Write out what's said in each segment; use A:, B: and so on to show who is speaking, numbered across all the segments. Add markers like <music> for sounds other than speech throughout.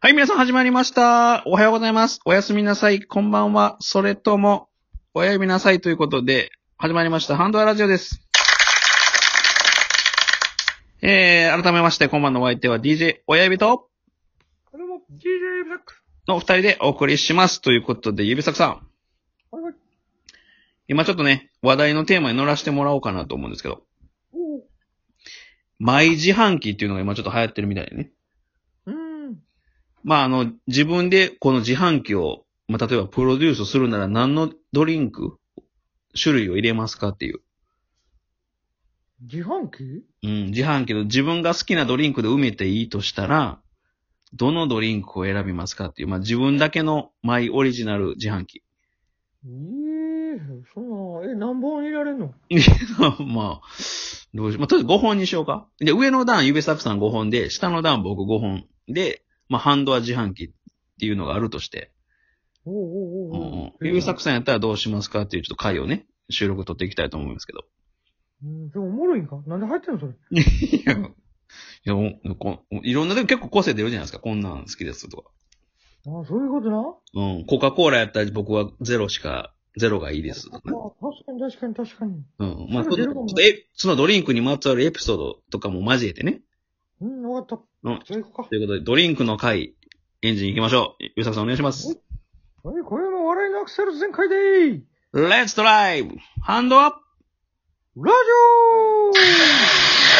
A: はい、皆さん始まりました。おはようございます。おやすみなさい。こんばんは。それとも、おやすみなさいということで、始まりました。ハンドアラジオです。えー、改めまして、今晩のお相手は DJ 親指と、
B: これも DJ ブラック。
A: の二人でお送りします。ということで、指作さん。
B: はいはい。
A: 今ちょっとね、話題のテーマに乗らせてもらおうかなと思うんですけど、
B: おう
A: マイ自販機っていうのが今ちょっと流行ってるみたいでね。
B: ーん。
A: まあ、あの、自分でこの自販機を、まあ、例えばプロデュースするなら何のドリンク、種類を入れますかっていう。
B: 自販機
A: うん、自販機の自分が好きなドリンクで埋めていいとしたら、どのドリンクを選びますかっていう、まあ、自分だけのマイオリジナル自販機。 <laughs>
B: ええそんな、え、何本入れられんの
A: まあ、どうしまあ、とりあえず5本にしようか。で、上の段、ゆべさくさん5本で、下の段僕5本で、まあ、ハンドは自販機っていうのがあるとして、
B: おうお
A: う
B: う
A: ん
B: おう
A: うん、ゆべさくさんやったらどうしますかっていうちょっと回をね、収録取っていきたいと思うんですけど。
B: うん、でもおもろいんかなんで入ってんのそれ。
A: いや、いやもうこいろんな、でも結構個性出るじゃないですか。こんなん好きですとか。
B: ああ、そういうことな。あ
A: うん、コカ・コーラやったら僕はゼロしか、ゼロがいいですとかね。
B: 確かに確かに確かに。
A: うん。まあ、ち
B: ゼ
A: ょっと
B: ロ出るかも
A: ち
B: ね
A: ょっとえ、そのドリンクにまつわるエピソードとかも交えてね。
B: うん、わかっ
A: う
B: た。
A: ん
B: じゃあ行こうか
A: と。いうことで、ドリンクの回、エンジン行きましょう。ゆうさくさんお願いします。
B: はい、これも笑いのアクセル全開でー
A: レッツドライブハンドアップ
B: ラジオ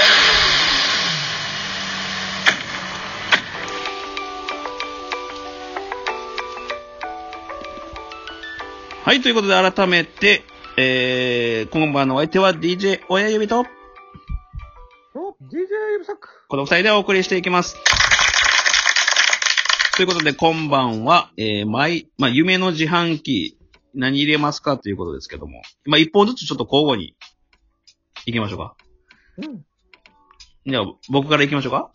A: はい、ということで改めて、えー、今晩のお相手は DJ 親指と、
B: そう、DJ ブサック。
A: この二人でお送りしていきます。ということで、今晩は、えー、マイ、まあ、夢の自販機、何入れますかということですけども。まあ、一本ずつちょっと交互に、行きましょうか。
B: うん。
A: じゃあ、僕から行きましょうか。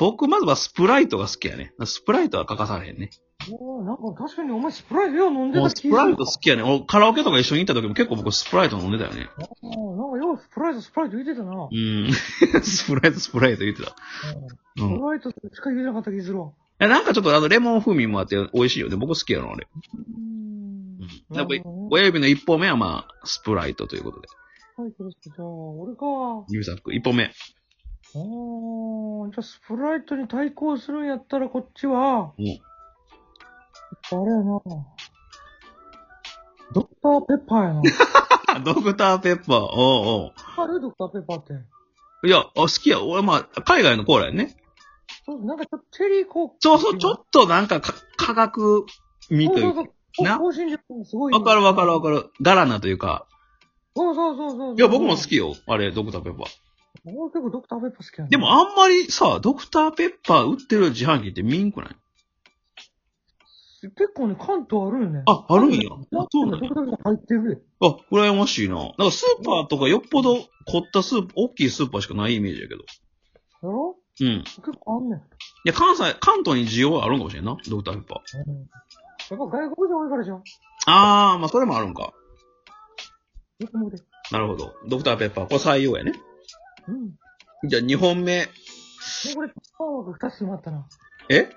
A: 僕、まずはスプライトが好きやね。スプライトは欠かされへんね。
B: おーなんか確かにお前スプライトよう飲んで
A: も
B: た
A: うスプライト
B: あ
A: 好きやね。おカラオケとか一緒に行った時も結構僕スプライト飲んでたよね。
B: あー、なんかようスプライト、スプライト言ってたな。
A: うん。 <laughs> スプライト、スプライト言ってた。う。
B: うんん。
A: い
B: スプライトしか言えなかった気するわ。
A: やなんかちょっとあの、レモン風味もあって美味しいよね。僕好きやの、あれ。
B: うん
A: うん。やっぱり、
B: おや
A: 親指の一本目はまあ、スプライトということで。
B: はい、クロスじゃあ、俺か。
A: ユーザック、一本目。
B: おー、じゃあ、スプライトに対抗するんやったら、こっちは、
A: うん
B: やっぱあれやな。ドクターペッパーやな。
A: あドクターペッパー、おうお
B: あれドクターペッパーって。
A: う。いや、あ好きや。俺、まあ、海外のコーラやね。
B: そう、なんかちょっとチェリーコーク。
A: そうそう、ちょっとなんかか、科学味というか。な
B: な。更新力すごいね。
A: わかるわかるわかる。ガラナというか。
B: そうそうそうそう。
A: いや、僕も好。きよ。あれ、ドクターペッパー。
B: もう結構ドクターペッパー好きやな。
A: でもあんまりさ、ドクターペッパー売ってる自販機って見んくない
B: 結構ね、関東あるよね。
A: あ、あるんや。あそうな
B: ド
A: んや。
B: クターペッパー入ってるで。
A: あ、羨ましいな。なんかスーパーとかよっぽど凝ったスーパー、大きいスーパーしかないイメージやけど。
B: やろ
A: うん。い
B: 結構あんねん。
A: や、関西、関東に需要はあるんかもしれんな。ドクターペッパー。
B: うんやっぱ外国人多いからじゃん。
A: あー、まあそれもあるんか。
B: よく見て。
A: なるほど。ドクターペッパー。これ採用やね。
B: うん。ね、
A: じゃあ2本目。
B: これ、3枠2つ詰まったな。
A: え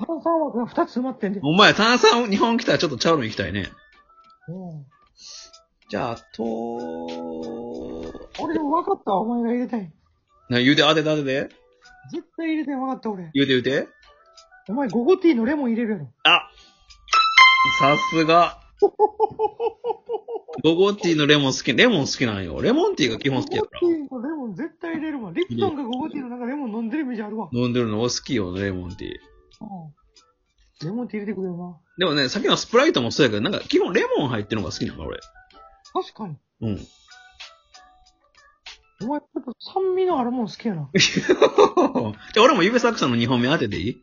B: 3枠が2つ詰まってんで。
A: お前、炭酸2本来たらちょっとちゃうの行きたいね。
B: うん。
A: じゃあ、あと、
B: 俺でも分かったわお前が入れたい。
A: な、言うて、当てて当てて。
B: 絶対入れたい分かった俺。
A: 言うて言うて。
B: お前、ゴゴティーのレモン入れるやろ。
A: あさすが。ゴゴティーのレモン好き。レモン好きなんよ。レモンティーが基本好きや
B: ゴ
A: か
B: ゴ
A: ら
B: テ。ィーのレモン絶対入れるわ。リプトンがゴゴティーのなんかレモン飲んでるイメージあるわ。
A: 飲んでるのお好きよ、レモンティー。
B: うん。レモンって入れてくれるな。
A: でもね、さっきのスプライトもそうやけど、なんか基本レモン入ってるのが好きなの、俺。
B: 確かに。
A: うん。 <laughs>
B: お前、ちょっと酸味のあるもん好きやな。
A: じゃあ俺もゆべさくさんの2本目当ててい <laughs> い
B: い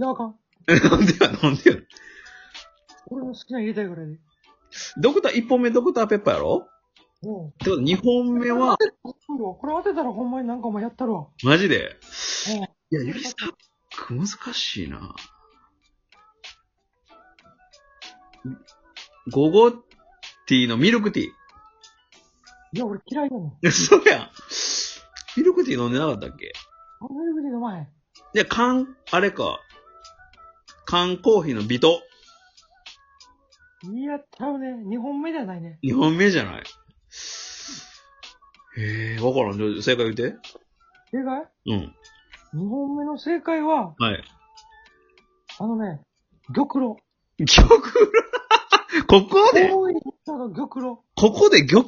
B: や、あかん。
A: なんでや、なんでや。
B: 俺の好きなの入れたいからやで。
A: ドクター、1本目ドクターペッパーやろ
B: うん。
A: ってこと2本目は、
B: これ当てたらほんまになんかお前やったるわ。
A: マジで。
B: うん。
A: いや、ゆべさく難しいな。ゴゴティーのミルクティー。
B: いや、俺
A: <laughs>
B: 嫌いだもん。
A: いや、そうやん。ミルクティー飲んでなかったっけ
B: あんまり無理飲まへん。
A: で、缶、あれか。缶コーヒーのビト。
B: いや、ちゃうね。2本目じゃないね。
A: 2本目じゃない。ええー、わからん。ちょ正解言って。
B: 正解
A: うん。
B: ?2 本目の正解は、
A: はい。
B: あのね、玉露。
A: 玉 <laughs> ここで、
B: 多い人の玉露。
A: ここで玉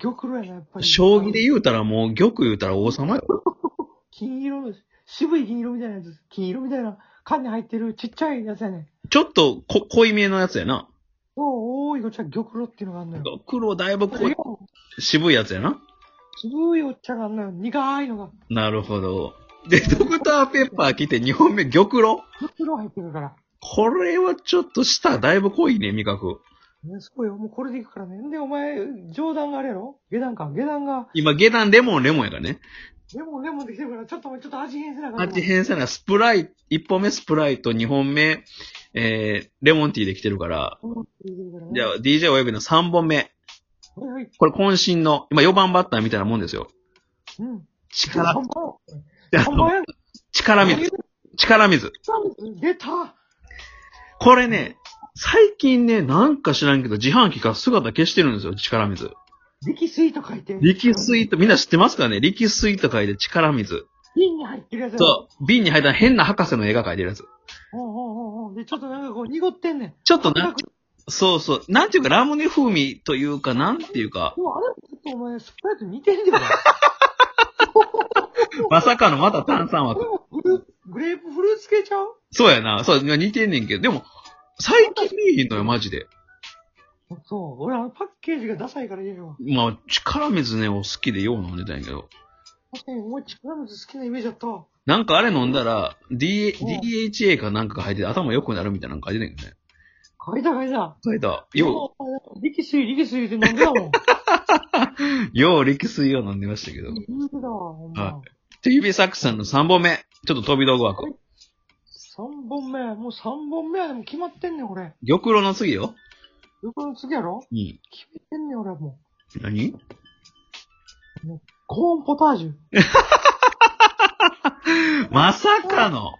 B: 玉露やな、やっぱり。
A: 将棋で言うたらもう玉言うたら王様よ。
B: 金色の、渋い銀色みたいなやつ。金色みたいな、缶に入ってるちっちゃいやつやねん。
A: ちょっとこ濃いめのやつやな。
B: おう多いお茶、玉露っていうのがあんのよ。
A: 黒だいぶ濃い、渋いやつやな。
B: 渋いお茶があんのよ。苦いのが。
A: なるほど。で、ドクターペッパー来て2本目玉露
B: 玉露入ってるから。
A: これはちょっと舌だいぶ濃いね、味覚。
B: ね、そうよ。もうこれでいくからね。で、お前、上段があれやろ下段か。下段が、
A: 今、下段レモンレモンやからね。
B: レモンレモンできてるから、ちょっとお前ちょっと味変せなあかった。
A: 味変さな、スプライ、1本目スプライト、2本目、えー、レモンティーできてるから。
B: うんできてるからね。
A: じゃあ、DJ およびの3本目。
B: はいはい。
A: これ渾身の、今4番バッターみたいなもんですよ。
B: うん。
A: 力、
B: 看板
A: あ
B: 看板
A: の
B: やん
A: 力水。力水。
B: 出た
A: これね、最近ね、なんか知らんけど、自販機から姿消してるんですよ、力水。
B: 力水と書いて。
A: 力水と、みんな知ってますかね力水と書いて力水。
B: 瓶に入ってるやつやろ。
A: そう、瓶に入った変な博士の絵が描いてるやつ。
B: おうおうおうおうで、ちょっとなんかこう、濁ってんねん。
A: ちょっとな
B: なんんか、
A: そうそう、なんていうか、ラムネ風味というか、なんていうか、
B: でもあれ、ちょっとお前、スプライト似てんじゃん。
A: まさかのまた炭酸
B: こ
A: 枠。
B: れもグルグレープフルーツ系ちゃう
A: そうやな、そう、似てんねんけど、でも、最近見えへんのよ、マジで。
B: そう。俺、あのパッケージがダサいから言えよ。
A: まあ、力水ね、を好きでよう飲んでたんやけど。
B: 確かに、お前、力水好きなイメージだったわ。
A: なんかあれ飲んだら、D、
B: うん
A: DHA かなんかが入ってて頭良くなるみたいなの書いてたんやけどね。
B: 書いた書いた。
A: 書いた。よ
B: う。力水、力水って飲んでたも
A: <laughs> う、
B: ん。
A: よう力水を飲んでましたけど。
B: 言うてたわ、ほんま
A: は。で、指サックさんの3本目。ちょっと飛び道具枠。
B: 3本目、もう3本目はでも決まってんねん、俺。
A: 玉露の次よ。
B: 横の次やろ
A: うん。
B: 決めてんねん、俺はも
A: 何
B: う。コーンポタージ
A: まさかの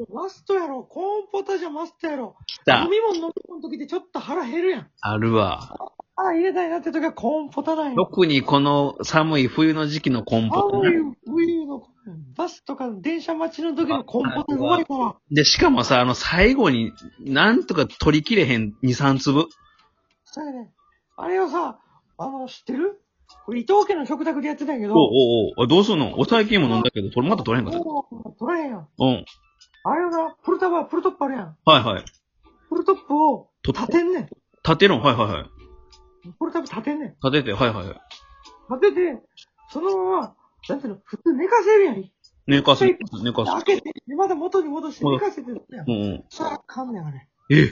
B: ュ。マストやろ、コーンポタージュはマストやろ。
A: 来
B: 飲
A: た。
B: み物飲み物の時ってちょっと腹減るやん。
A: あるわ。
B: ああ、入れたいなって時はコーンポタなんや。
A: 特にこの寒い冬の時期のコンポ
B: あ
A: タ
B: う
A: ね。
B: いう、冬の、バスとか電車待ちの時のコーンポタージュうまいから。
A: で、しかもさ、あの、最後に、なんとか取り切れへん2、3粒。
B: そうやね。あれをさ、あの、知ってるこれ伊藤家の食卓でやってたんやけど。
A: おうおうおうあどうすんのお最近も飲んだけど、これまた取れへんかった。
B: もう取らへんやん。
A: うん。
B: あれをな、プルタバ、プルトップあるやん。
A: はいはい。
B: プルトップを
A: と
B: 立てんねん。
A: 立てるんはいはいはい。
B: プルトップ立てんねん。
A: 立てて、はいはいはい。
B: 立てて、そのまま、なんていうの、普通寝かせるやん。
A: 寝かす
B: はい。
A: 寝か
B: 開
A: す。
B: けて、また元に戻して
A: 戻
B: 寝
A: す
B: かせてるやん
A: う。んうん。
B: さあ、かんねん、あれ。
A: え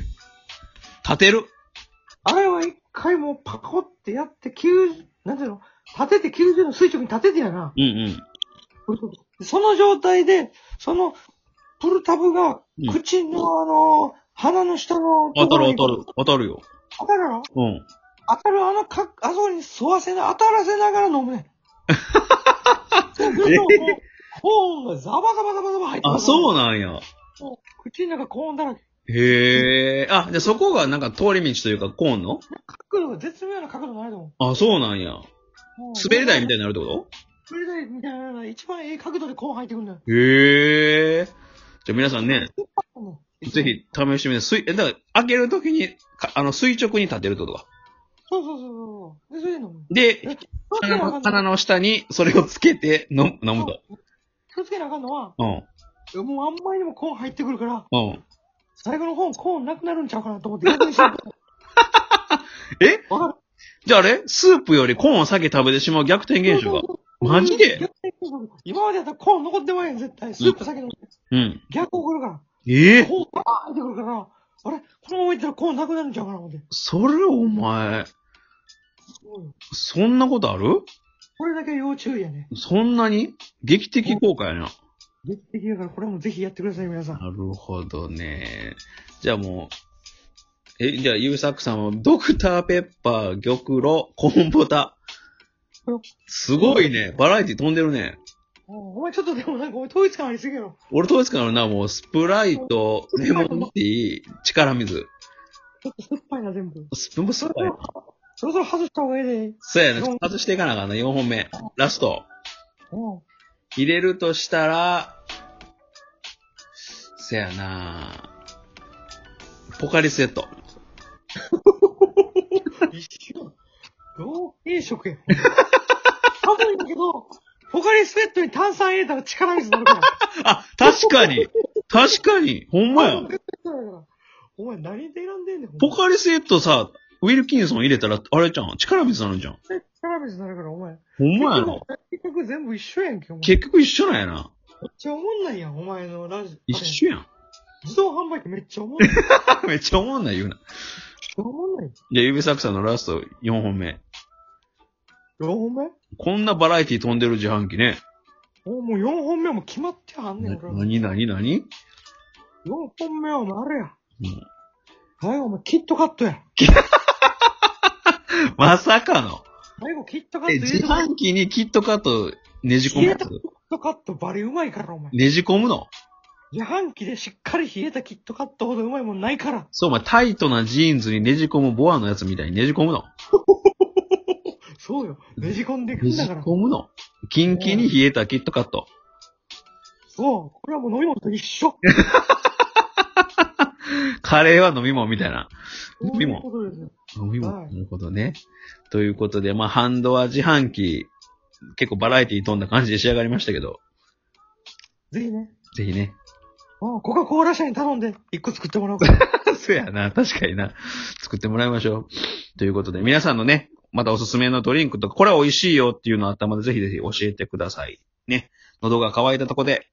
A: 立てる
B: あれは一回もうパコってやって、90、なんていうの、立てて90の垂直に立ててやな。
A: うんうん。
B: プルトップその状態で、その、プルタブが
A: うん、
B: 口のあの、鼻の下の
A: 当た
B: ところ
A: る
B: に、
A: 当たる。当たるよ。
B: 当たるやろ
A: うん。
B: 当たるあのか、あそこに沿わせな、当たらせながら飲む
A: <laughs>
B: ねん。そうするともうコーンがザバザバザバザバ入って
A: あ、そううなんや。
B: 口の中コーンだらけ。
A: へえ。あ、じゃあそこがなんか通り道というか、コーンの
B: 角度が絶妙な角度になると思
A: あ、そうなんや。
B: う。もう
A: 滑り台みたいになるってこ
B: 滑り台みたいなのが一番ええ角度でコーン入ってくるんだよ。
A: とへえ。じゃあ皆さんね、ぜ
B: ひ。
A: ひ試してみて、水、え、だから開けるときに、かあの、垂直に立てるってことか。
B: そうそうそうそう。で、それで飲む。
A: で、
B: 気をつけ
A: 鼻
B: なあか
A: の
B: んの
A: 鼻の下にそれをつけて飲む飲むと。
B: 気をつけなあかんのは、
A: うん。
B: もうあんまりにもコーン入ってくるから、
A: うん。
B: 最後の方コーンなくなるんちゃうかなと思って逆にしてる。
A: <laughs> え
B: わかる
A: じゃああれスープよりコーンを先食べてしまう逆転現象が。マジで
B: 逆転現象が今までやったらコーン残ってまいん絶対。スープ先に。
A: うん。
B: 逆起こるから。
A: ええ
B: コーンバーンってくるから、あれこのままいったらコーンなくなるんちゃうかな思って。
A: それお前、そんなことある
B: これだけ要注意やね。
A: そんなに劇的効果やな。
B: 劇的だからこれもぜひやってください、皆さん。
A: なるほどね。じゃあもう、え、じゃあ、ゆうさくさんは、ドクターペッパー、玉露、コーンポタ。すごいね。バラエティ飛んでるね。
B: あお前ちょっとでもなんかお前統一感ありすぎやろ。
A: 俺統一感あるな、もう、スプライト、レモンティー、力水。
B: ちょっと酸っぱいな、全部。
A: スプーン、そ
B: そろ
A: う
B: そろ、そろそろ外した方がいいで。うん。
A: そうやね。外していかなあかんな、4本目。ラスト。入れるとしたら、せやなポカリスエット。
B: 一緒。同系
A: <laughs>
B: 色や。寒いんだけど、ポカリスエットに炭酸入れたら力水になるから。
A: あ、確かに確かにほんまや。
B: お前何で選んでんねん。
A: ポカリスエットさ、ウィルキンソン入れたら、あれじゃん力水になるじゃん。
B: リ力水になるから、お前。
A: ほんまやな
B: でも。結局全部一緒やんけ、お前。めっ
A: 結局一緒なんやな。
B: ちゃおもんないやん、お前のラジオ。
A: 一緒やん。 <laughs>
B: 自動販売機めっちゃおもんない。めっ
A: めっちゃ思んない言うな。
B: ちゃおもんない。
A: じゃあ、指作さんのラスト4本目。
B: 4本目
A: こんなバラエティ飛んでる自販機ね。
B: おもう4本目はもう決まってはんねんから。
A: なになになに
B: 4本目はお前あれや。
A: うん
B: 最後お前キットカットや。
A: まさかの。
B: 最後キットカッ
A: え、
B: ト
A: 自
B: 入れてキ
A: 販
B: ッ
A: 機にキットカットねじ込むやつ
B: トカットバリうまいから、お前。
A: ねじ込むの
B: 自販機でしっかり冷えたキットカットほどうまいもんないから。
A: そう、まあ、タイトなジーンズにねじ込むボアのやつみたいにねじ込むの
B: そうよ。ねじ込んでいく
A: ね
B: ん
A: じ
B: だから。
A: 込むのキンキンに冷えたキットカット。
B: そう。これはもう飲み物と一緒。
A: カレーは飲み物みたいな。飲み物
B: そういうことですよ
A: 飲み物。
B: は
A: ないるほどね。ということで、まあ、ハンドは自販機、結構バラエティ飛んだ感じで仕上がりましたけど、
B: ぜひね。
A: ぜひね。
B: うん、コカ・コーラ社に頼んで、一個作ってもらおうから。
A: そうやな、確かにな。作ってもらいましょう。ということで、皆さんのね、またおすすめのドリンクとか、これは美味しいよっていうのあったまでぜひぜひ教えてください。ね。喉が渇いたとこで、